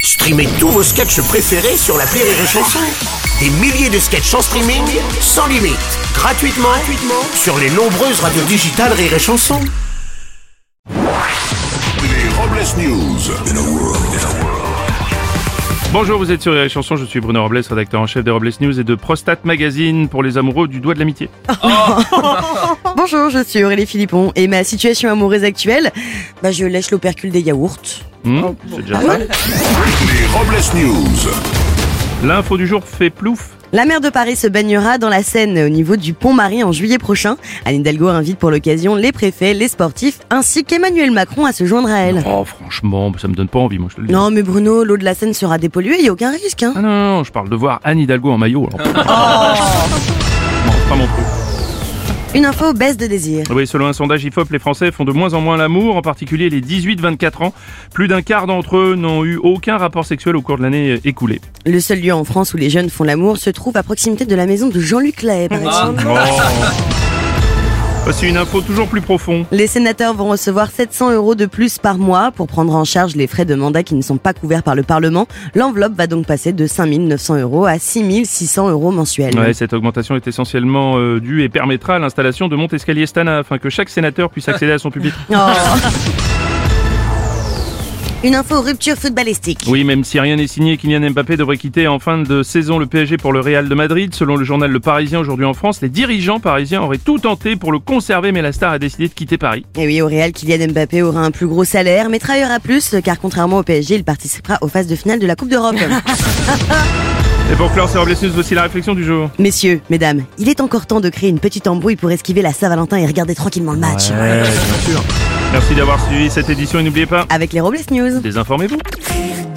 Streamez tous vos sketchs préférés sur la Rire et Chanson. Des milliers de sketchs en streaming, sans limite, gratuitement, gratuitement sur les nombreuses radios digitales Rire et Chanson. Les Robles News. In a world, in a world. Bonjour, vous êtes sur Les Chansons, je suis Bruno Robles, rédacteur en chef des Robles News et de Prostate Magazine pour les amoureux du doigt de l'amitié. Bonjour, je suis Aurélie Philippon et ma situation amoureuse actuelle, bah je lèche l'opercule des yaourts. Hmm, c'est déjà ça. Les Robles News. L'info du jour fait plouf. La maire de Paris se baignera dans la Seine au niveau du Pont-Marie en juillet prochain. Anne Hidalgo invite pour l'occasion les préfets, les sportifs ainsi qu'Emmanuel Macron à se joindre à elle. Oh, franchement, bah, ça me donne pas envie, moi, je te le dis. Non mais Bruno, l'eau de la Seine sera dépolluée, y a aucun risque hein. Ah non, non, non, je parle de voir Anne Hidalgo en maillot. alors. Non, pas mon truc. Une info baisse de désir. Oui, selon un sondage IFOP, les Français font de moins en moins l'amour, en particulier les 18-24 ans. Plus d'un quart d'entre eux n'ont eu aucun rapport sexuel au cours de l'année euh, écoulée. Le seul lieu en France où les jeunes font l'amour se trouve à proximité de la maison de Jean-Luc Lahaye. paraît-il. Oh. Voici une info toujours plus profonde. Les sénateurs vont recevoir 700 euros de plus par mois pour prendre en charge les frais de mandat qui ne sont pas couverts par le Parlement. L'enveloppe va donc passer de 5 900 euros à 6 600 euros mensuels. Ouais, cette augmentation est essentiellement euh, due et permettra l'installation de Montescalier Stana afin que chaque sénateur puisse accéder à son public. Oh. Une info rupture footballistique. Oui, même si rien n'est signé, Kylian Mbappé devrait quitter en fin de saison le PSG pour le Real de Madrid. Selon le journal Le Parisien aujourd'hui en France, les dirigeants parisiens auraient tout tenté pour le conserver, mais la star a décidé de quitter Paris. Et oui, au Real, Kylian Mbappé aura un plus gros salaire, mais travaillera plus, car contrairement au PSG, il participera aux phases de finale de la Coupe d'Europe. Et pour clore, c'est Robles News, voici la réflexion du jour. Messieurs, mesdames, il est encore temps de créer une petite embrouille pour esquiver la Saint-Valentin et regarder tranquillement le match. Merci d'avoir suivi cette édition et n'oubliez pas, Avec les Robles News. désinformez-vous. Rire